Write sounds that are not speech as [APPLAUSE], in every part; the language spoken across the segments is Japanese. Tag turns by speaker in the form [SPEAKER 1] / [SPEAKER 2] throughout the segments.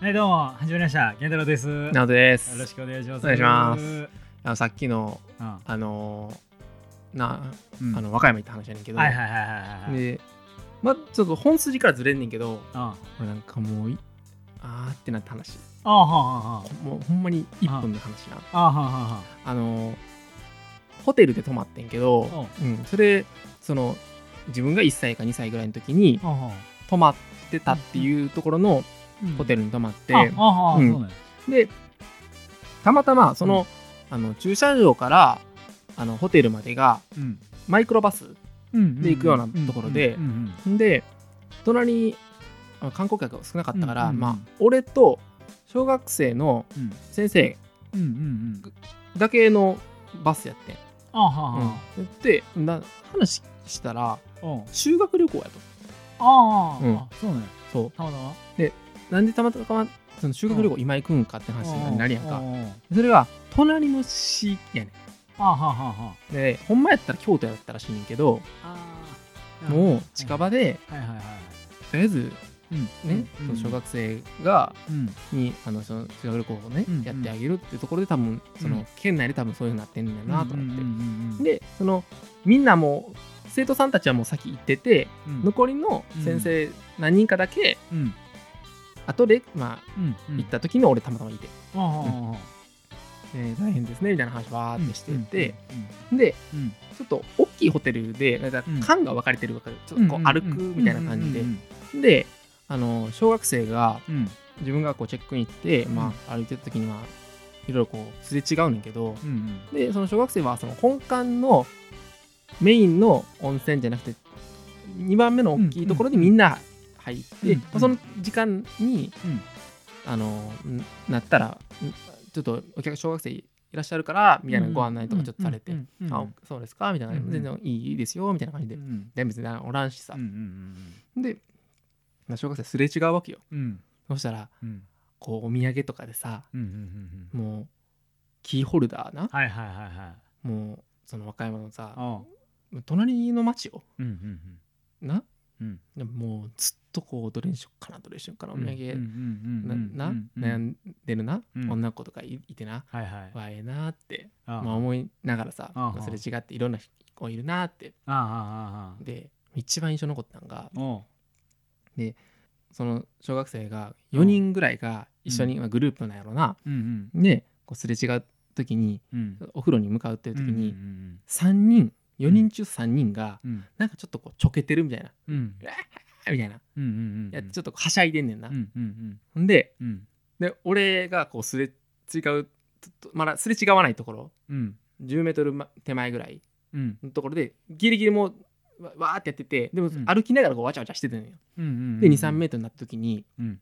[SPEAKER 1] はいどうも始まりました健太郎ですよ
[SPEAKER 2] なおで
[SPEAKER 1] ろ
[SPEAKER 2] す
[SPEAKER 1] しくお願いします
[SPEAKER 2] お願いします
[SPEAKER 1] うん
[SPEAKER 2] あさっきの
[SPEAKER 1] あ
[SPEAKER 2] あのーなあ
[SPEAKER 1] の
[SPEAKER 2] の和歌山行った話やねんけど、
[SPEAKER 1] はいはいはいはいはい
[SPEAKER 2] でまあちょっと本筋からずれんねんけど
[SPEAKER 1] あ
[SPEAKER 2] 俺なんかもういあーってなった話
[SPEAKER 1] あははは
[SPEAKER 2] もうほんまに一本の話な
[SPEAKER 1] あはは
[SPEAKER 2] あのーホテルで泊まってんけど、うん、それその自分が1歳か2歳ぐらいの時に
[SPEAKER 1] はは
[SPEAKER 2] 泊まってたっていうところのホテ
[SPEAKER 1] ル
[SPEAKER 2] ルに泊まって、
[SPEAKER 1] あああそう
[SPEAKER 2] うん
[SPEAKER 1] なんや
[SPEAKER 2] でたまたまその,、あの駐車場からあのホテルまでが
[SPEAKER 1] うん
[SPEAKER 2] マイクロバス
[SPEAKER 1] うん
[SPEAKER 2] で行くようなところで
[SPEAKER 1] うんうん
[SPEAKER 2] で隣にあ観光客が少なかったから、
[SPEAKER 1] うんうんうん
[SPEAKER 2] まあ、俺と小学生の
[SPEAKER 1] うんうん
[SPEAKER 2] 先生
[SPEAKER 1] うんうんうん
[SPEAKER 2] だけのバスやってん、
[SPEAKER 1] あはは
[SPEAKER 2] うんでな話したら
[SPEAKER 1] うん
[SPEAKER 2] 修学旅行やと
[SPEAKER 1] あ
[SPEAKER 2] うん
[SPEAKER 1] あそうなんや
[SPEAKER 2] そう
[SPEAKER 1] たまたま
[SPEAKER 2] なんでたまたまその修学旅行今行くんかって話になるやん
[SPEAKER 1] う
[SPEAKER 2] か
[SPEAKER 1] ううん
[SPEAKER 2] それが隣の市やね
[SPEAKER 1] あははは
[SPEAKER 2] んでほんまやったら京都やったらしいねんけど
[SPEAKER 1] あー
[SPEAKER 2] もう近場で
[SPEAKER 1] はいはいはいはい
[SPEAKER 2] とりあえず
[SPEAKER 1] うん
[SPEAKER 2] ね、
[SPEAKER 1] うん
[SPEAKER 2] その小学生が
[SPEAKER 1] うん
[SPEAKER 2] にあのその修学旅行をね、
[SPEAKER 1] うんうん
[SPEAKER 2] やってあげるっていうところで多分その、
[SPEAKER 1] うん
[SPEAKER 2] 県内で多分そういうふうになってんだよなと思って、
[SPEAKER 1] うんうんうんうん
[SPEAKER 2] でそのみんなもう生徒さんたちはもう先行ってて、
[SPEAKER 1] うん
[SPEAKER 2] 残りの先生何人かだけ
[SPEAKER 1] うん
[SPEAKER 2] 後で、まあ、
[SPEAKER 1] うんうん
[SPEAKER 2] 行った時に俺たまたまいて、
[SPEAKER 1] あははは
[SPEAKER 2] で大変ですねみたいな話わーってしてて、で
[SPEAKER 1] うんうん
[SPEAKER 2] ちょっと大きいホテルでなんか
[SPEAKER 1] うん
[SPEAKER 2] 館が分かれてるわかるちょっとこう歩くみたいな感じで、
[SPEAKER 1] うんうん
[SPEAKER 2] であの小学生が
[SPEAKER 1] うんうん
[SPEAKER 2] 自分がこうチェックイン行って、まあ、歩いてた時にはいろいろこうすれ違うねんけど、
[SPEAKER 1] うんうん
[SPEAKER 2] でその小学生はその本館のメインの温泉じゃなくて2番目の大きいところに
[SPEAKER 1] うんうん
[SPEAKER 2] みんな入って、
[SPEAKER 1] うんうん
[SPEAKER 2] まあその時間に、
[SPEAKER 1] うん
[SPEAKER 2] あのんなったらんちょっとお客小学生いらっしゃるからみたいなご案内とかちょっとされて「
[SPEAKER 1] うんうんうん
[SPEAKER 2] あそうですか」みたいな「
[SPEAKER 1] うんうん
[SPEAKER 2] 全然いいですよ」みたいな感じで、
[SPEAKER 1] うん
[SPEAKER 2] で別におらんしさ
[SPEAKER 1] うんう、ん
[SPEAKER 2] でまあ小学生すれ違うわけよ
[SPEAKER 1] うんうん
[SPEAKER 2] そしたら
[SPEAKER 1] うん
[SPEAKER 2] こうお土産とかでさ
[SPEAKER 1] うんうんうんうん
[SPEAKER 2] もうキーホルダーな
[SPEAKER 1] はいはいはいはい
[SPEAKER 2] もうその和歌山のさ
[SPEAKER 1] あ
[SPEAKER 2] 隣の町を
[SPEAKER 1] うんうん
[SPEAKER 2] な
[SPEAKER 1] うん
[SPEAKER 2] もうずっとこうどれにしようかなどれにしようかなお
[SPEAKER 1] うん
[SPEAKER 2] 土
[SPEAKER 1] うんうんう
[SPEAKER 2] 産
[SPEAKER 1] んうん
[SPEAKER 2] なな
[SPEAKER 1] うん
[SPEAKER 2] 悩んでるな
[SPEAKER 1] うん
[SPEAKER 2] 女の子とかいいてな
[SPEAKER 1] はいはい
[SPEAKER 2] わええなって
[SPEAKER 1] あ
[SPEAKER 2] まあ思いながらさ
[SPEAKER 1] ああ
[SPEAKER 2] まあそれ違っていろんな子いるなって
[SPEAKER 1] ああああ
[SPEAKER 2] で一番印象に残ったのが
[SPEAKER 1] あお
[SPEAKER 2] その小学生が4人ぐらいが一緒にまあグループなんやろな
[SPEAKER 1] ううん
[SPEAKER 2] でこうすれ違う時に
[SPEAKER 1] うんうん
[SPEAKER 2] お風呂に向かうっていう時に
[SPEAKER 1] うん
[SPEAKER 2] 3人4人中3人が
[SPEAKER 1] うん
[SPEAKER 2] なんかちょっとこうちょけてるみたいな
[SPEAKER 1] うんうん
[SPEAKER 2] あみたいな
[SPEAKER 1] うんうんうん
[SPEAKER 2] やちょっとはしゃいでんねんな、
[SPEAKER 1] うんうん
[SPEAKER 2] ほんで
[SPEAKER 1] うん
[SPEAKER 2] で俺がこうすれ違うととまだすれ違わないところ
[SPEAKER 1] うん
[SPEAKER 2] 10メートル手前ぐらい
[SPEAKER 1] うん
[SPEAKER 2] のところでギリギリもうわわーってやっててでも
[SPEAKER 1] うん
[SPEAKER 2] 歩きながらこうわちゃわちゃしててんよ、
[SPEAKER 1] うんうん
[SPEAKER 2] で23メートルになった時に
[SPEAKER 1] うん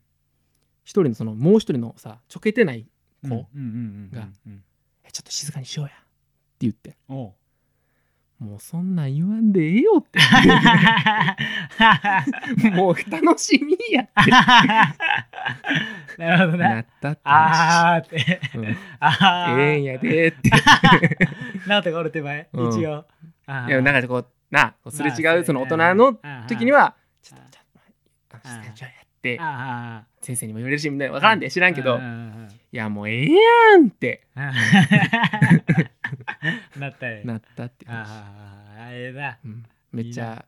[SPEAKER 2] 一人のそのもう一人のさちょけてない子、
[SPEAKER 1] うんうんうん
[SPEAKER 2] が
[SPEAKER 1] うん
[SPEAKER 2] えちょっと静かにしようや」って言って
[SPEAKER 1] おう
[SPEAKER 2] 「もうそんなん言わんでええよ」
[SPEAKER 1] [LAUGHS]
[SPEAKER 2] ってもう楽しみやって
[SPEAKER 1] [LAUGHS] なるほど
[SPEAKER 2] な
[SPEAKER 1] ね。
[SPEAKER 2] ったって話
[SPEAKER 1] あーって。
[SPEAKER 2] うん
[SPEAKER 1] あー。
[SPEAKER 2] ええんやでって
[SPEAKER 1] なんとか俺手前。一
[SPEAKER 2] うん
[SPEAKER 1] 応。あー
[SPEAKER 2] [LAUGHS] いやなんかこうなこうすれ違うその大人の時に、
[SPEAKER 1] ま
[SPEAKER 2] はち
[SPEAKER 1] そ
[SPEAKER 2] ょ
[SPEAKER 1] う
[SPEAKER 2] っ
[SPEAKER 1] や
[SPEAKER 2] と
[SPEAKER 1] ね
[SPEAKER 2] ちょっと
[SPEAKER 1] あー
[SPEAKER 2] あのじゃあやって
[SPEAKER 1] あーあ
[SPEAKER 2] 先生にも言われるしみんな
[SPEAKER 1] ー。
[SPEAKER 2] 分からんで知らんけど
[SPEAKER 1] うう
[SPEAKER 2] [LAUGHS]
[SPEAKER 1] ん
[SPEAKER 2] いやもうええやんって
[SPEAKER 1] うんうんなったね。
[SPEAKER 2] なったっていう話、
[SPEAKER 1] あーあー、ええな。
[SPEAKER 2] うん、めっちゃ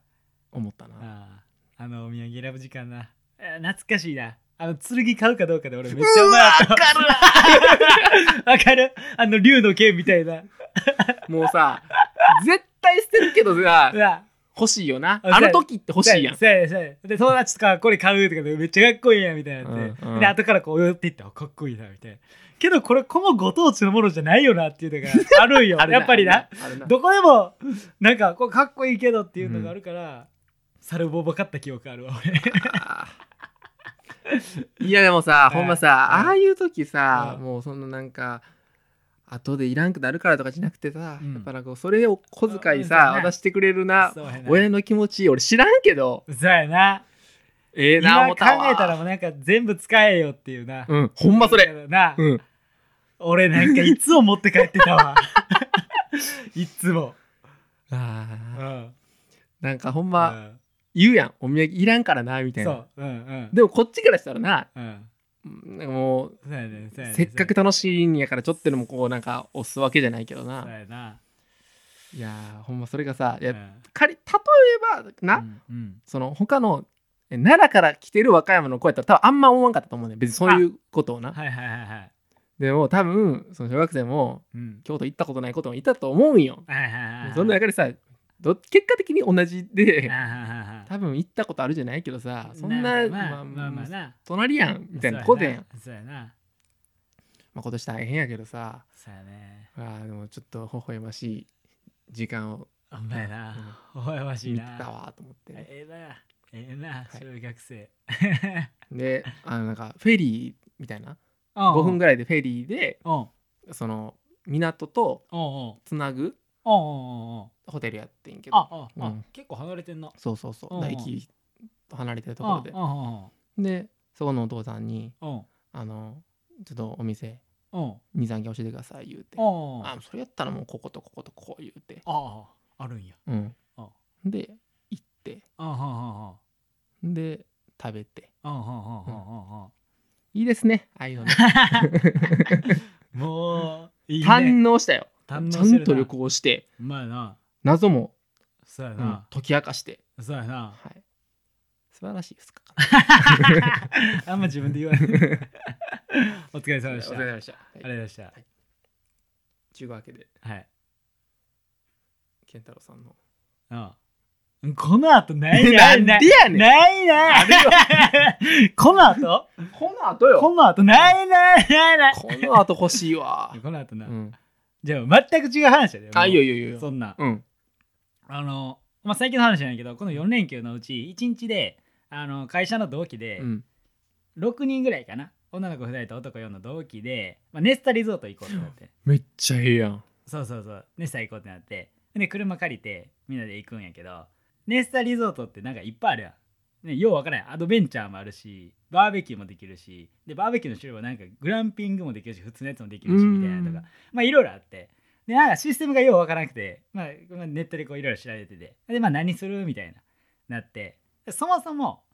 [SPEAKER 2] 思ったな
[SPEAKER 1] あーあのお土産選ぶ時間な。えー懐かしいな。あの剣買うかどうかで俺めっちゃうまかった。わかるあの竜の剣みたいな。
[SPEAKER 2] もうさ絶対捨てるけどさ
[SPEAKER 1] うわ
[SPEAKER 2] 欲しいよな
[SPEAKER 1] あ
[SPEAKER 2] あの時って欲しいやん
[SPEAKER 1] そうやそうやで友達とかこれ買うとかでめっちゃかっこいいやんみたいなって、
[SPEAKER 2] うんうん
[SPEAKER 1] で後からこう寄っていってあかっこいいなみたいなけどこれこのご当地のものじゃないよなっていうの
[SPEAKER 2] [LAUGHS]
[SPEAKER 1] があるんよ
[SPEAKER 2] あるな
[SPEAKER 1] やっぱりな
[SPEAKER 2] あるな
[SPEAKER 1] どこでもなんかこうかっこいいけどっていうのがあるから、サルボボ買った記憶あるわ俺
[SPEAKER 2] あーいやでもさ
[SPEAKER 1] うん
[SPEAKER 2] ほんまさ
[SPEAKER 1] うん
[SPEAKER 2] ああいう時さ
[SPEAKER 1] うん
[SPEAKER 2] もうそのなんか後でいらんくなるからとかじゃなくてさ
[SPEAKER 1] うん
[SPEAKER 2] やっぱなんかそれを小遣い
[SPEAKER 1] う
[SPEAKER 2] さ
[SPEAKER 1] ん
[SPEAKER 2] 渡してくれるな
[SPEAKER 1] そうやな
[SPEAKER 2] 親の気持ち俺知らんけど
[SPEAKER 1] そうやな
[SPEAKER 2] ええ
[SPEAKER 1] 今
[SPEAKER 2] な思
[SPEAKER 1] 考
[SPEAKER 2] ったわ
[SPEAKER 1] えたらもうなんか全部使えよっていうな、
[SPEAKER 2] うんほんまそれ
[SPEAKER 1] だな、
[SPEAKER 2] うん
[SPEAKER 1] 俺なんかいつも持って帰ってたわ [LAUGHS] いつも、う
[SPEAKER 2] あー
[SPEAKER 1] ん
[SPEAKER 2] なんかほん
[SPEAKER 1] う
[SPEAKER 2] ま
[SPEAKER 1] ん
[SPEAKER 2] 言うやんお土産いらんからなみたい
[SPEAKER 1] そ
[SPEAKER 2] な
[SPEAKER 1] ううんうん
[SPEAKER 2] でもこっちからしたらな
[SPEAKER 1] うん
[SPEAKER 2] うんなんかもう、
[SPEAKER 1] そうやねそうやね
[SPEAKER 2] せっかく楽しいんやから、ちょっとでもこう、なんか押すわけじゃないけど
[SPEAKER 1] そう
[SPEAKER 2] な。
[SPEAKER 1] やない
[SPEAKER 2] やー、ほんまそれがさ、い
[SPEAKER 1] うん
[SPEAKER 2] や仮例えばな、
[SPEAKER 1] うんうん
[SPEAKER 2] その他のえ奈良から来てる和歌山の子やったら多分あんま思わんかったと思うねん別にそういうことをな、
[SPEAKER 1] はいはいはいはい
[SPEAKER 2] でも多分その小学生も
[SPEAKER 1] うん
[SPEAKER 2] 京都行ったことないこともいたと思うんよ
[SPEAKER 1] はいはいはいはい
[SPEAKER 2] そんな中でさど結果的に同じで
[SPEAKER 1] はいはいはいはい
[SPEAKER 2] 多分行ったことあるじゃないけどさそんな
[SPEAKER 1] まあまあまあな
[SPEAKER 2] 隣やんみたいな
[SPEAKER 1] そ
[SPEAKER 2] こ
[SPEAKER 1] う
[SPEAKER 2] とやん、
[SPEAKER 1] やなそうやな
[SPEAKER 2] まあ、今年大変やけどさ
[SPEAKER 1] そうやね
[SPEAKER 2] あーでもちょっと微笑ましい時間を
[SPEAKER 1] お前な微笑ましい
[SPEAKER 2] 見
[SPEAKER 1] な
[SPEAKER 2] たわと思って
[SPEAKER 1] ええなええない小学生
[SPEAKER 2] であのなんかフェリーみたいな
[SPEAKER 1] 5
[SPEAKER 2] 5分ぐらいでフェリーで
[SPEAKER 1] うんうん
[SPEAKER 2] その港と
[SPEAKER 1] うんうん
[SPEAKER 2] つなぐ
[SPEAKER 1] うんうんうん
[SPEAKER 2] ホテルやってんけど
[SPEAKER 1] ああ、あ
[SPEAKER 2] うん
[SPEAKER 1] 結構離れてんな。
[SPEAKER 2] そうそうそう
[SPEAKER 1] うん
[SPEAKER 2] だから駅と離れてるところで
[SPEAKER 1] うんうん
[SPEAKER 2] でそこのお父さんに
[SPEAKER 1] うんうん
[SPEAKER 2] 「あのちょっとお店
[SPEAKER 1] うん
[SPEAKER 2] 23軒教えてください」言うて「
[SPEAKER 1] うん。
[SPEAKER 2] あそれやったらもうこことこことこう」言うて
[SPEAKER 1] ああ、あるんや。
[SPEAKER 2] うん
[SPEAKER 1] あ
[SPEAKER 2] で行って
[SPEAKER 1] うんうんうんうん
[SPEAKER 2] で食べて
[SPEAKER 1] うんうんうんうん [LAUGHS] うん
[SPEAKER 2] いいですねああいう
[SPEAKER 1] [LAUGHS]
[SPEAKER 2] のね [LAUGHS]
[SPEAKER 1] もう、いい
[SPEAKER 2] 堪
[SPEAKER 1] ね。
[SPEAKER 2] 能したよちゃ
[SPEAKER 1] 堪能
[SPEAKER 2] ん
[SPEAKER 1] してるな
[SPEAKER 2] と旅行して
[SPEAKER 1] うまいな。
[SPEAKER 2] 謎も
[SPEAKER 1] そうや
[SPEAKER 2] うん
[SPEAKER 1] な。
[SPEAKER 2] 解き明かして
[SPEAKER 1] そうや [LAUGHS] な。
[SPEAKER 2] はい素晴らしいですか
[SPEAKER 1] あんま自分で言わない。 [LAUGHS] お疲れ
[SPEAKER 2] お
[SPEAKER 1] 様
[SPEAKER 2] 疲
[SPEAKER 1] で
[SPEAKER 2] れ
[SPEAKER 1] した。あ
[SPEAKER 2] 様
[SPEAKER 1] りが
[SPEAKER 2] でしたはい
[SPEAKER 1] とうございました。
[SPEAKER 2] ちゅうわけで
[SPEAKER 1] はい。
[SPEAKER 2] 健太郎さんの
[SPEAKER 1] うん。この後ない [LAUGHS] な
[SPEAKER 2] ないんで
[SPEAKER 1] な
[SPEAKER 2] や
[SPEAKER 1] い。
[SPEAKER 2] ねん
[SPEAKER 1] ないない。この後
[SPEAKER 2] この後よ
[SPEAKER 1] この後ないないないない。。
[SPEAKER 2] この後欲しい
[SPEAKER 1] [LAUGHS]
[SPEAKER 2] わ
[SPEAKER 1] この後な
[SPEAKER 2] う。ん、
[SPEAKER 1] じゃあ全く違う話やで。もう
[SPEAKER 2] あ、いいよいいよいいよ。
[SPEAKER 1] そんな。
[SPEAKER 2] うん。
[SPEAKER 1] あの、まあ、最近の話じゃないけど、この4連休のうち1日で、あの会社の同期で
[SPEAKER 2] うん。
[SPEAKER 1] 6人ぐらいかな。女の子2人と男4の同期で、まあ、ネスタリゾート行こうってなって。
[SPEAKER 2] めっちゃええやん。
[SPEAKER 1] [LAUGHS] そうそうそう。ネスタ行こうってなって。で、車借りてみんなで行くんやけど、ネスタリゾートってなんかいっぱいあるやん。ね、ようわからん。アドベンチャーもあるし、バーベキューもできるし、で、バーベキューの種類はなんかグランピングもできるし、普通のやつもできるし、みたいなのとか。まあいろいろあって。で、なんかシステムがようわからなくて、まあまあネットでこういろいろ調べてて。で、まあ何するみたいな、なって。でそもそも、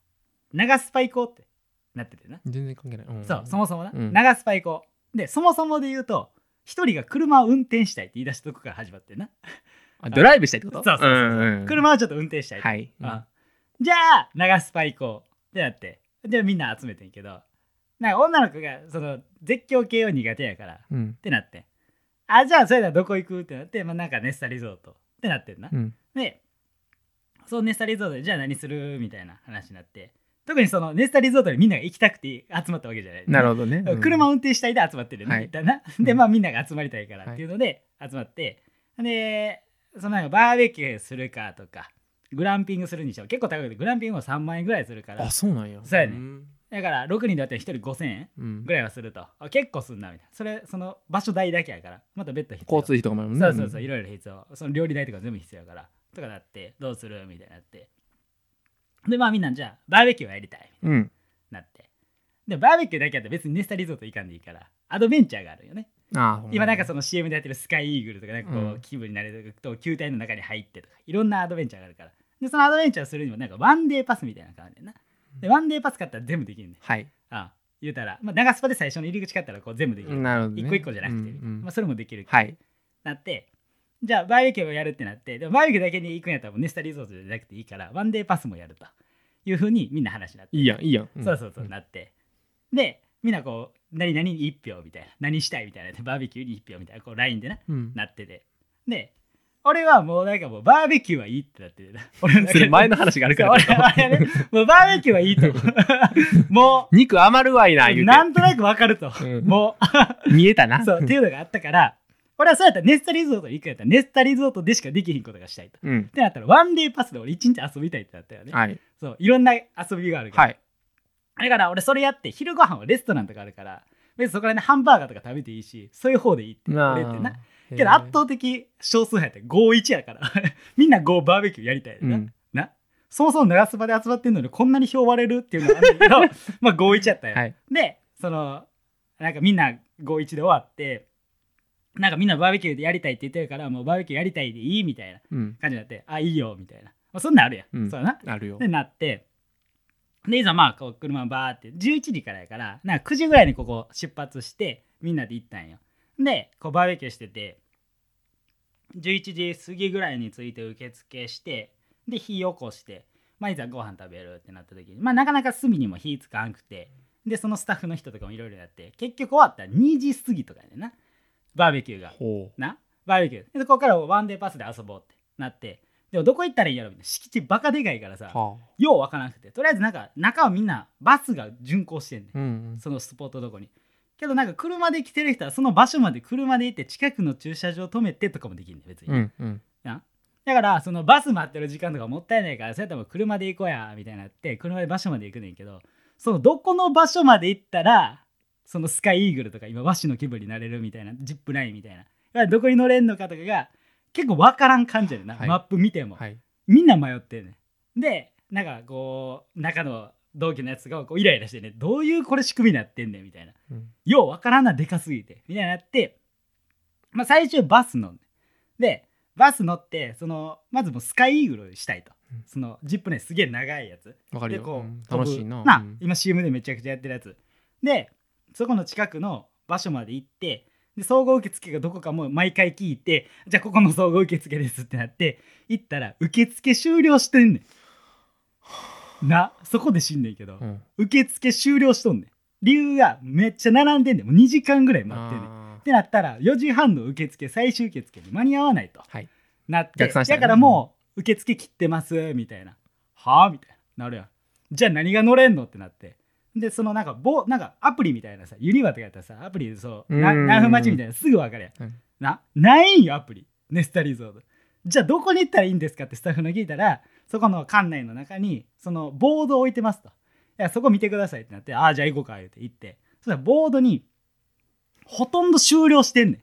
[SPEAKER 1] 長スパ行こうってなっててな。
[SPEAKER 2] 全然関係ない。うん、
[SPEAKER 1] そう、そもそもな。
[SPEAKER 2] うん
[SPEAKER 1] 長スパ行こう。で、そもそもで言うと、一人が車を運転したいって言い出したとこから始まってんな。
[SPEAKER 2] あドライブしたいってこと
[SPEAKER 1] そうそうそうそうん
[SPEAKER 2] ん
[SPEAKER 1] 車をちょっと運転したい。
[SPEAKER 2] はい。
[SPEAKER 1] うんじゃあ、長スパ行こう。ってなって。で、みんな集めてんけど、なんか女の子がその絶叫系は苦手やから、っ
[SPEAKER 2] うん。
[SPEAKER 1] てなって。あ、じゃあ、それならどこ行くってなって、まあ、なんかネスタリゾートってなってんな
[SPEAKER 2] う。ん。
[SPEAKER 1] で、そうネスタリゾートで、じゃあ何するみたいな話になって。特にそのネスタリゾートにみんなが行きたくて集まったわけじゃない。
[SPEAKER 2] なるほどね。うん
[SPEAKER 1] 車を運転したいで集まってるよね、
[SPEAKER 2] はい
[SPEAKER 1] みたいな。で、まあみんなが集まりたいからっていうので集まって、で、そのなんかバーベキューするかとか、グランピングするにしても結構高くて、グランピングも3万円ぐらいするから
[SPEAKER 2] あ、、そうなんや。
[SPEAKER 1] そうやね
[SPEAKER 2] ん。
[SPEAKER 1] だから6人だったら1人5000円
[SPEAKER 2] うん
[SPEAKER 1] ぐ。らいはすると。あ結構すんな、みたいな。それ、その場所代だけやから、また別途必要。
[SPEAKER 2] 交通費とかもあるもんね。
[SPEAKER 1] そうそうそう、い
[SPEAKER 2] ん
[SPEAKER 1] ろいろ必要。その料理代とか全部必要やから、とかだって、どうするみたいになって。で、まあみんなじゃあ、バーベキューはやりたい。
[SPEAKER 2] うん。
[SPEAKER 1] なって。で、バーベキューだけやったら別にネスタリゾート行かんでいいから、アドベンチャーがあるよね。
[SPEAKER 2] あ
[SPEAKER 1] 今なんか
[SPEAKER 2] そ
[SPEAKER 1] その CM でやってるスカイイーグルとかなんかこ
[SPEAKER 2] う
[SPEAKER 1] うん気分になれると球体の中に入ってとかいろんなアドベンチャーがあるからでそのアドベンチャーするにもなんかワンデーパスみたいなのがあるんだよなでワンデーパス買ったら全部できるね
[SPEAKER 2] はい。
[SPEAKER 1] ああ言うたら、まあ、長スパで最初の入り口買ったらこう全部できる、
[SPEAKER 2] なるほどね。
[SPEAKER 1] 一個一個じゃなくて、
[SPEAKER 2] うんうん
[SPEAKER 1] まあ、それもできる、
[SPEAKER 2] はい。
[SPEAKER 1] なってじゃあバーベキューをやるってなってでもバーベキューだけに行くんやったらもうネスタリゾートじゃなくていいからワンデーパスもやるというふうにみんな話になって
[SPEAKER 2] いいやん、いいやん。ん
[SPEAKER 1] そうそうそう、。なって。で、みんなこう、何々に1票みたいな、何したいみたいなで、バーベキューに1票みたいな、こう、ラインでな、
[SPEAKER 2] うん。
[SPEAKER 1] なってて。で、俺はもうなんかもう、バーベキューはいいってなっててな。俺の中
[SPEAKER 2] そ
[SPEAKER 1] で
[SPEAKER 2] れ前の話があるから。
[SPEAKER 1] そう俺俺はね、もうバーベキュー
[SPEAKER 2] [LAUGHS]
[SPEAKER 1] はいいと。も
[SPEAKER 2] 肉余るわいうな、言う
[SPEAKER 1] なんとなくわかると。
[SPEAKER 2] うん
[SPEAKER 1] も
[SPEAKER 2] て。見えた [LAUGHS] な。
[SPEAKER 1] う、そう、っていうのがあったから、俺はそうやったらネスタリゾートに行くんやったら、ネスタリゾートでしかできひんことがしたいと。っ
[SPEAKER 2] うん。
[SPEAKER 1] てなったら、ワンデーパスで俺一日遊びたいってなったよね。
[SPEAKER 2] はい。
[SPEAKER 1] そう、いろんな遊びがあるから。
[SPEAKER 2] はい。
[SPEAKER 1] だから俺それやって昼ご飯はレストランとかあるから別にそこら辺でハンバーガーとか食べていいしそういう方でいいって
[SPEAKER 2] な
[SPEAKER 1] 俺ってな
[SPEAKER 2] あ
[SPEAKER 1] けど圧倒的少数派やって51やからみんな5バーベキューやりたいよな、
[SPEAKER 2] うん
[SPEAKER 1] なそもそも長スパで集まってんのにこんなに票割れるっていうのがあるんだけ [LAUGHS] どまあ51やったよ、
[SPEAKER 2] はい。
[SPEAKER 1] でそのなんかみんな51で終わってなんかみんなバーベキューでやりたいって言ってるからもうバーベキューやりたいでいいみたいな
[SPEAKER 2] うん。
[SPEAKER 1] 感じになってあいいよみたいな、まあ、そんなんあるやん、
[SPEAKER 2] うん
[SPEAKER 1] そうやな
[SPEAKER 2] あるよ
[SPEAKER 1] で。なってでいざまあこう車バーって11時からやからなんか9時ぐらいにここ出発してみんなで行ったんよでこうバーベキューしてて11時過ぎぐらいについて受付してで火起こしてまあいざご飯食べるってなった時にまあなかなか炭にも火つかんくてでそのスタッフの人とかもいろいろやって結局終わったら2時過ぎとかやねんなバーベキューが
[SPEAKER 2] ほ
[SPEAKER 1] なバーベキューでここからワンデーパスで遊ぼうってなってでもどこ行ったらいいやろみたいな敷地バカでかいからさ
[SPEAKER 2] うはあ
[SPEAKER 1] ようわからなくてとりあえずなんか中はみんなバスが巡行してんね
[SPEAKER 2] うんうん
[SPEAKER 1] んそのスポットどこにけどなんか車で来てる人はその場所まで車で行って近くの駐車場止めてとかもできんねん別に、
[SPEAKER 2] うんうん
[SPEAKER 1] なだからそのバス待ってる時間とかもったいないからそれとも車で行こうやみたいになって車で場所まで行くねんけどそのどこの場所まで行ったらそのスカイイーグルとか今和紙の気分になれるみたいなジップラインみたいなだからどこに乗れんのかとかが結構わからん感じやねんな、
[SPEAKER 2] はい
[SPEAKER 1] マップ見ても、
[SPEAKER 2] はい
[SPEAKER 1] みんな迷ってんねんでなんかこう中の同期のやつがこうイライラしてねどういうこれ仕組みになってんねんみたいな
[SPEAKER 2] うん
[SPEAKER 1] ようわからんなでかすぎてみたいになって、まあ、最終バス乗んねんでバス乗ってそのまずもうスカイイーグルしたいと、
[SPEAKER 2] うん
[SPEAKER 1] そのジップねすげえ長いやつ
[SPEAKER 2] わかる
[SPEAKER 1] で
[SPEAKER 2] よ
[SPEAKER 1] こう、
[SPEAKER 2] うん
[SPEAKER 1] 飛ぶ
[SPEAKER 2] 楽しいな
[SPEAKER 1] な
[SPEAKER 2] うん
[SPEAKER 1] 今 CM でめちゃくちゃやってるやつでそこの近くの場所まで行ってで総合受付がどこかも毎回聞いてじゃあここの総合受付ですってなって行ったら受付終了してんねんなそこで死んねんけど、
[SPEAKER 2] うん
[SPEAKER 1] 受付終了しとんねん理由がめっちゃ並んでんねんもう2時間ぐらい待ってんねんっ
[SPEAKER 2] あー
[SPEAKER 1] てなったら4時半の受付最終受付に間に合わないと、
[SPEAKER 2] はい
[SPEAKER 1] なって、
[SPEAKER 2] 逆算した
[SPEAKER 1] だ
[SPEAKER 2] ね
[SPEAKER 1] からもう受付切ってますみたいなはあみたいななるやんじゃあ何が乗れんのってなってでそのなんかぼなんかアプリみたいなさユニバとかやったらさアプリでそうな
[SPEAKER 2] うーん
[SPEAKER 1] 何分待ちみたいなすぐ分かるやん、
[SPEAKER 2] うん
[SPEAKER 1] なないんよアプリネスタリゾートじゃあどこに行ったらいいんですかってスタッフの聞いたらそこの館内の中にそのボードを置いてますといやそこ見てくださいってなってああじゃあ行こうか言って行ってそしたらボードにほとんど終了してんね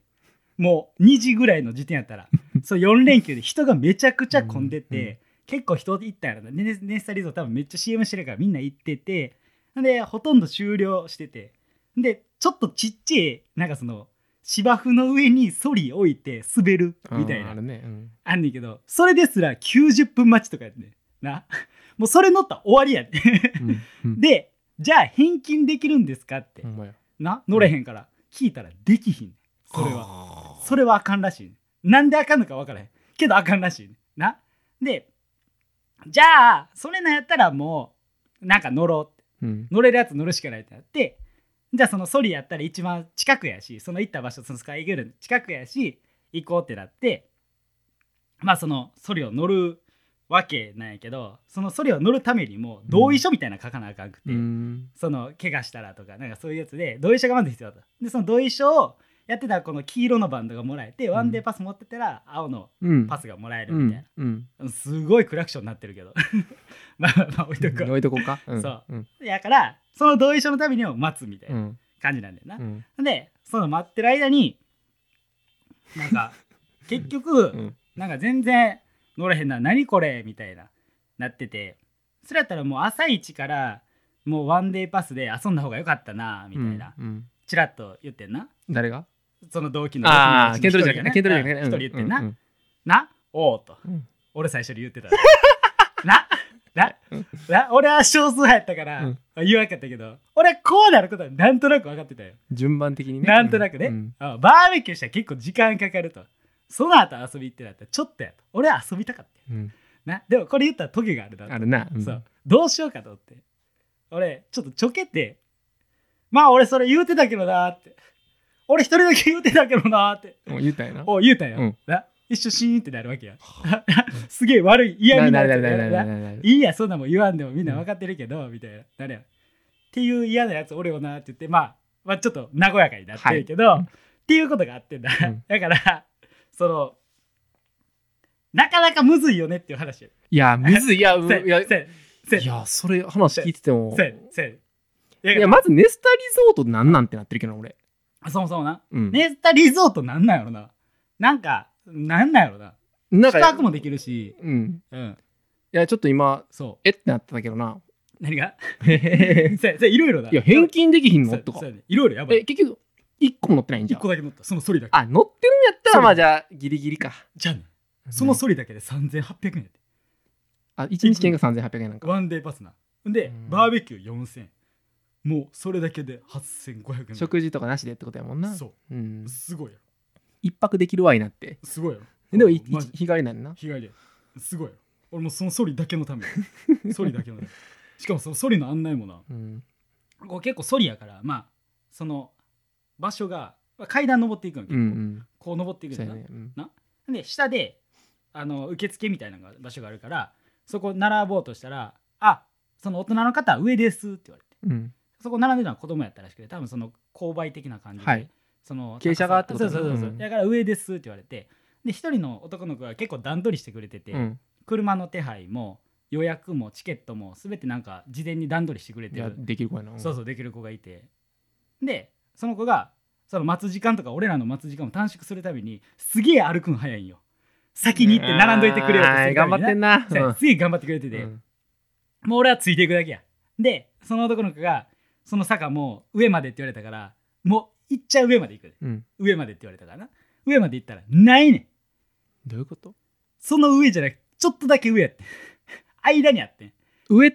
[SPEAKER 1] んもう2時ぐらいの時点やった
[SPEAKER 2] [LAUGHS]
[SPEAKER 1] らそう4連休で人がめちゃくちゃ混んでて、
[SPEAKER 2] うんうん
[SPEAKER 1] 結構人行ったんやろなネネスタリゾート多分めっちゃ CM してるからみんな行っててでほとんど終了しててでちょっとちっちゃいなんかその芝生の上にソリ置いて滑るみたい
[SPEAKER 2] うん
[SPEAKER 1] な
[SPEAKER 2] あるねうん
[SPEAKER 1] あんねんけどそれですら90分待ちとかやってんなもうそれ乗ったら終わりやで、
[SPEAKER 2] うんう
[SPEAKER 1] [LAUGHS]
[SPEAKER 2] ん
[SPEAKER 1] でじゃあ返金できるんですかって、
[SPEAKER 2] ほんまや
[SPEAKER 1] な乗れへんから聞いたらできひんねんそれは
[SPEAKER 2] は
[SPEAKER 1] それはあかんらしいねんなんであかんのか分からへんけどあかんらしいねんなでじゃあそれなんやったらもうなんか乗ろうって
[SPEAKER 2] うん
[SPEAKER 1] 乗れるやつ乗るしかないってなってじゃあそのソリやったら一番近くやしその行った場所そのスカイイーグルの近くやし行こうってなってまあそのソリを乗るわけなんやけどそのソリを乗るためにも同意書みたいなの書かなあかんくて、
[SPEAKER 2] うん
[SPEAKER 1] その怪我したらとかなんかそういうやつで同意書がまず必要だとでその同意書をやってたらこの黄色のバンドがもらえて、
[SPEAKER 2] ん
[SPEAKER 1] ワンデーパス持ってたら青の
[SPEAKER 2] うん
[SPEAKER 1] パスがもらえる
[SPEAKER 2] う
[SPEAKER 1] みたい
[SPEAKER 2] んうん
[SPEAKER 1] な、すごいクラクションになってるけど [LAUGHS] まあまあまあ置いとくわ
[SPEAKER 2] 置いとこうかん
[SPEAKER 1] そう
[SPEAKER 2] うん
[SPEAKER 1] やからその同意書のためにも待つみたいうなん感じなんだよな、
[SPEAKER 2] うん
[SPEAKER 1] でその待ってる間になんか結局、
[SPEAKER 2] うん
[SPEAKER 1] なんか全然乗れへんな何これみたいななっててそれやったらもう朝一からもうワンデーパスで遊んだ方が良かったなみたいな、
[SPEAKER 2] うんうん
[SPEAKER 1] チラッと言ってんな
[SPEAKER 2] 誰が
[SPEAKER 1] その同期の
[SPEAKER 2] ああケント
[SPEAKER 1] 同
[SPEAKER 2] ル
[SPEAKER 1] 期
[SPEAKER 2] じ
[SPEAKER 1] の
[SPEAKER 2] ゃなく
[SPEAKER 1] 一
[SPEAKER 2] てケン
[SPEAKER 1] 人
[SPEAKER 2] トル
[SPEAKER 1] が
[SPEAKER 2] じゃ
[SPEAKER 1] ね
[SPEAKER 2] なくて
[SPEAKER 1] うん一人言ってんな、
[SPEAKER 2] うん
[SPEAKER 1] なおうと
[SPEAKER 2] うん
[SPEAKER 1] 俺最初に言
[SPEAKER 2] [LAUGHS]
[SPEAKER 1] ってたななな俺は少数派やったから、
[SPEAKER 2] うん
[SPEAKER 1] 言わんかったけど俺はこうなることはなんとなく分かってたよ
[SPEAKER 2] 順番的にね
[SPEAKER 1] なんとなくね、
[SPEAKER 2] うん
[SPEAKER 1] あバーベキューしたら結構時間かかるとその後遊び行ってなったらちょっとやと俺は遊びたかったよ
[SPEAKER 2] うん
[SPEAKER 1] なでもこれ言ったらトゲがあるだ
[SPEAKER 2] あるなうん
[SPEAKER 1] そうどうしようかと思って俺ちょっとちょけてまあ俺それ言うてたけどなーって俺一人だけ言うてたけどなーって
[SPEAKER 2] もう言ったんやな
[SPEAKER 1] お言うたんよ、
[SPEAKER 2] うん
[SPEAKER 1] な一緒シーンってなるわけや [LAUGHS] すげえ悪い嫌味な
[SPEAKER 2] な
[SPEAKER 1] やつ
[SPEAKER 2] な
[SPEAKER 1] や
[SPEAKER 2] なななな
[SPEAKER 1] な
[SPEAKER 2] なない
[SPEAKER 1] いやそんなもん言わんでもみんな分かってるけど、みたいななるやんっていう嫌なやつおるよなって言ってまあまあちょっと和やかになってるけど、
[SPEAKER 2] はいうん
[SPEAKER 1] っていうことがあってんだ、
[SPEAKER 2] うん
[SPEAKER 1] だからそのなかなかむずいよねっていう話や
[SPEAKER 2] いやむずいいやうん
[SPEAKER 1] せ
[SPEAKER 2] いや
[SPEAKER 1] せせ
[SPEAKER 2] いやそれ話聞いてても
[SPEAKER 1] せせ
[SPEAKER 2] いや
[SPEAKER 1] や
[SPEAKER 2] まずネスタリゾートなんなんってなってるけどな俺
[SPEAKER 1] そもそもな
[SPEAKER 2] うん
[SPEAKER 1] ネスタリゾートなんなんやろななんかなんなんやろな
[SPEAKER 2] なん
[SPEAKER 1] 宿
[SPEAKER 2] か
[SPEAKER 1] 泊もできるし
[SPEAKER 2] うん
[SPEAKER 1] うん
[SPEAKER 2] いやちょっと今
[SPEAKER 1] そ
[SPEAKER 2] えってなってたけどな
[SPEAKER 1] う何
[SPEAKER 2] [LAUGHS]
[SPEAKER 1] が
[SPEAKER 2] い
[SPEAKER 1] せせいろいろだ
[SPEAKER 2] や返金できひんの
[SPEAKER 1] そう
[SPEAKER 2] とか
[SPEAKER 1] そうやねいろいろやば
[SPEAKER 2] え
[SPEAKER 1] い
[SPEAKER 2] 結局一個も乗ってないんじ
[SPEAKER 1] 一
[SPEAKER 2] ゃん
[SPEAKER 1] 個だけ乗ったそのソリだけ
[SPEAKER 2] あ乗ってるんやった
[SPEAKER 1] そう
[SPEAKER 2] らまあじゃあギリギリか
[SPEAKER 1] じゃあねそのソリだけで3800円やで
[SPEAKER 2] あ1日券が3800円なんか
[SPEAKER 1] ワンデーパスなで、
[SPEAKER 2] うん
[SPEAKER 1] バーベキュー4000もうそれだけで8500円
[SPEAKER 2] 食事とかなしでってことやもんな。。
[SPEAKER 1] そう
[SPEAKER 2] ん
[SPEAKER 1] う。すごいや
[SPEAKER 2] 一泊できるわいなって。
[SPEAKER 1] ろすごいやろ
[SPEAKER 2] でも、い
[SPEAKER 1] マ
[SPEAKER 2] 一
[SPEAKER 1] ジ
[SPEAKER 2] 日帰りなんやな。
[SPEAKER 1] 日帰りやすごいやろ俺もうそのソリだけのためにソリだけのためにしかもそのソリの案内もな
[SPEAKER 2] [LAUGHS] うん。
[SPEAKER 1] こう結構ソリやからまあその場所がまあ階段登っていくの結
[SPEAKER 2] う
[SPEAKER 1] 構、
[SPEAKER 2] ん
[SPEAKER 1] こう登って
[SPEAKER 2] う
[SPEAKER 1] い
[SPEAKER 2] ん。
[SPEAKER 1] く
[SPEAKER 2] そ
[SPEAKER 1] の
[SPEAKER 2] う
[SPEAKER 1] よ
[SPEAKER 2] や
[SPEAKER 1] な、
[SPEAKER 2] ね。うん
[SPEAKER 1] で下であの受付みたいなのが場所があるからそこ並ぼうとしたら「あその大人の方は上です」って言われて
[SPEAKER 2] うん。
[SPEAKER 1] そこ並んでたのは子供やったらしくて多分その購買的な感じで、
[SPEAKER 2] はい
[SPEAKER 1] その
[SPEAKER 2] 傾斜があって
[SPEAKER 1] そ
[SPEAKER 2] こ
[SPEAKER 1] う
[SPEAKER 2] と
[SPEAKER 1] そう
[SPEAKER 2] ね
[SPEAKER 1] そうそう、
[SPEAKER 2] うん
[SPEAKER 1] だから上ですって言われてで一人の男の子が結構段取りしてくれてて、
[SPEAKER 2] うん。
[SPEAKER 1] 車の手配も予約もチケットも全てなんか事前に段取りしてくれ
[SPEAKER 2] い
[SPEAKER 1] て
[SPEAKER 2] や、
[SPEAKER 1] る
[SPEAKER 2] できる子やな。
[SPEAKER 1] そうそうできる子がいてでその子がその待つ時間とか俺らの待つ時間を短縮するためにすげえ歩くの早いんよ先に行って並んどいてくれよとす
[SPEAKER 2] はい
[SPEAKER 1] るため
[SPEAKER 2] 頑張
[SPEAKER 1] に
[SPEAKER 2] ってんな。
[SPEAKER 1] そうやすげえ頑張ってくれて
[SPEAKER 2] う
[SPEAKER 1] て、
[SPEAKER 2] ん
[SPEAKER 1] もう俺はついていくだけやでその男の子がその坂もう上までって言われたからもう行っちゃう上まで行くで
[SPEAKER 2] うん。
[SPEAKER 1] 上までって言われたからな上まで行ったらないねん
[SPEAKER 2] どういうこと
[SPEAKER 1] その上じゃなくてちょっとだけ上やってん間にあってん
[SPEAKER 2] 上
[SPEAKER 1] ん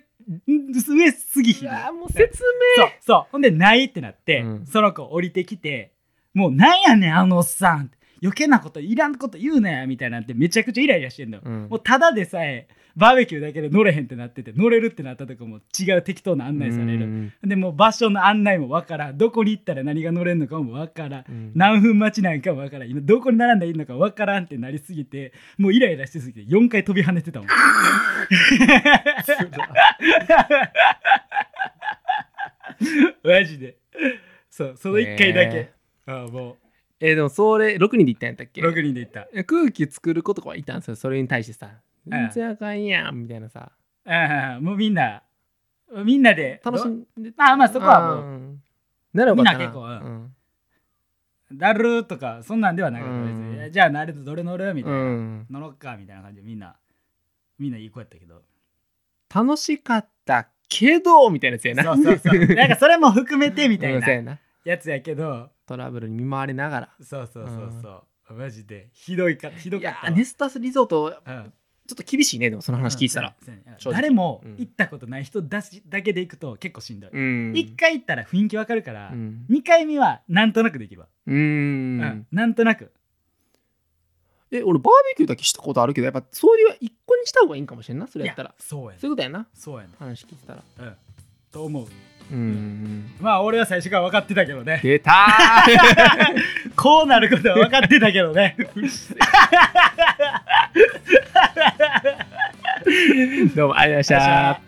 [SPEAKER 1] 上すぎひ
[SPEAKER 2] う
[SPEAKER 1] どい
[SPEAKER 2] わもう説
[SPEAKER 1] そうそうほんでないってなって、
[SPEAKER 2] うん
[SPEAKER 1] その子降りてきてもうなんやねんあのおっさん余計なこといらんこと言うなやみたいなんてめちゃくちゃイライラしてんの、
[SPEAKER 2] 明。うん
[SPEAKER 1] もうただでさえバーベキューだけで乗れへんってなってて乗れるってなったとこも違う適当な案内され
[SPEAKER 2] う
[SPEAKER 1] る、
[SPEAKER 2] ん
[SPEAKER 1] でもう場所の案内もわからんどこに行ったら何が乗れんのかもわからん
[SPEAKER 2] うん
[SPEAKER 1] 何分待ちなんかもわからん今どこに並んだらいいのかわからんってなりすぎてもうイライラしてすぎて4回飛び跳ねてたもんマジでそうその1回だけ
[SPEAKER 2] ね、
[SPEAKER 1] ああも
[SPEAKER 2] えーでもそれ6人で行ったんやったっ
[SPEAKER 1] う
[SPEAKER 2] け
[SPEAKER 1] 6人で行った
[SPEAKER 2] え空気作る子とかはいたんですよそれに対してさ「
[SPEAKER 1] ん
[SPEAKER 2] 全然あかんやん」みたいなさ
[SPEAKER 1] ああもうみんなみんなで
[SPEAKER 2] 楽しんで
[SPEAKER 1] あまあそこはもう
[SPEAKER 2] うんならよかった
[SPEAKER 1] みんな結構う
[SPEAKER 2] うん
[SPEAKER 1] だるーとかそんなんではなかったです、
[SPEAKER 2] うん
[SPEAKER 1] いやじゃあなるとどれ乗るみたいな、
[SPEAKER 2] うん
[SPEAKER 1] 乗ろっかみたいな感じでみんなみんないい子やったけど
[SPEAKER 2] 楽しかったけどみたいなやつやな
[SPEAKER 1] そうそうそうなんかそれも含めてみたい
[SPEAKER 2] うんそうや
[SPEAKER 1] な
[SPEAKER 2] な
[SPEAKER 1] やつやけど
[SPEAKER 2] トラブルに見舞われながら
[SPEAKER 1] そうそうそうそうマジでひどいかひど
[SPEAKER 2] い
[SPEAKER 1] かっ
[SPEAKER 2] や
[SPEAKER 1] た
[SPEAKER 2] ー
[SPEAKER 1] わ
[SPEAKER 2] ネスタスリゾート
[SPEAKER 1] うん
[SPEAKER 2] ちょっと厳しいねでもその話聞いてたら
[SPEAKER 1] そうやね
[SPEAKER 2] 正直
[SPEAKER 1] 誰も
[SPEAKER 2] うん
[SPEAKER 1] 行ったことない人だしだけで行くと結構しんどい、
[SPEAKER 2] うん
[SPEAKER 1] 一1回行ったら雰囲気わかるから、
[SPEAKER 2] うん
[SPEAKER 1] 二2回目はなんとなくできるわ、
[SPEAKER 2] う
[SPEAKER 1] うん
[SPEAKER 2] ん
[SPEAKER 1] なんとなく
[SPEAKER 2] え俺バーベキューだけしたことあるけどやっぱそういう一個にした方がいいんかもしれんなそれやった
[SPEAKER 1] い
[SPEAKER 2] ら
[SPEAKER 1] そうやね
[SPEAKER 2] そういうことやな
[SPEAKER 1] そうやね
[SPEAKER 2] 話聞いてたら
[SPEAKER 1] うんと思う
[SPEAKER 2] うん
[SPEAKER 1] まあ俺は最初から分かってたけどね
[SPEAKER 2] 出たー [LAUGHS]
[SPEAKER 1] こうなることは分かってたけどね
[SPEAKER 2] どうもありがとうございました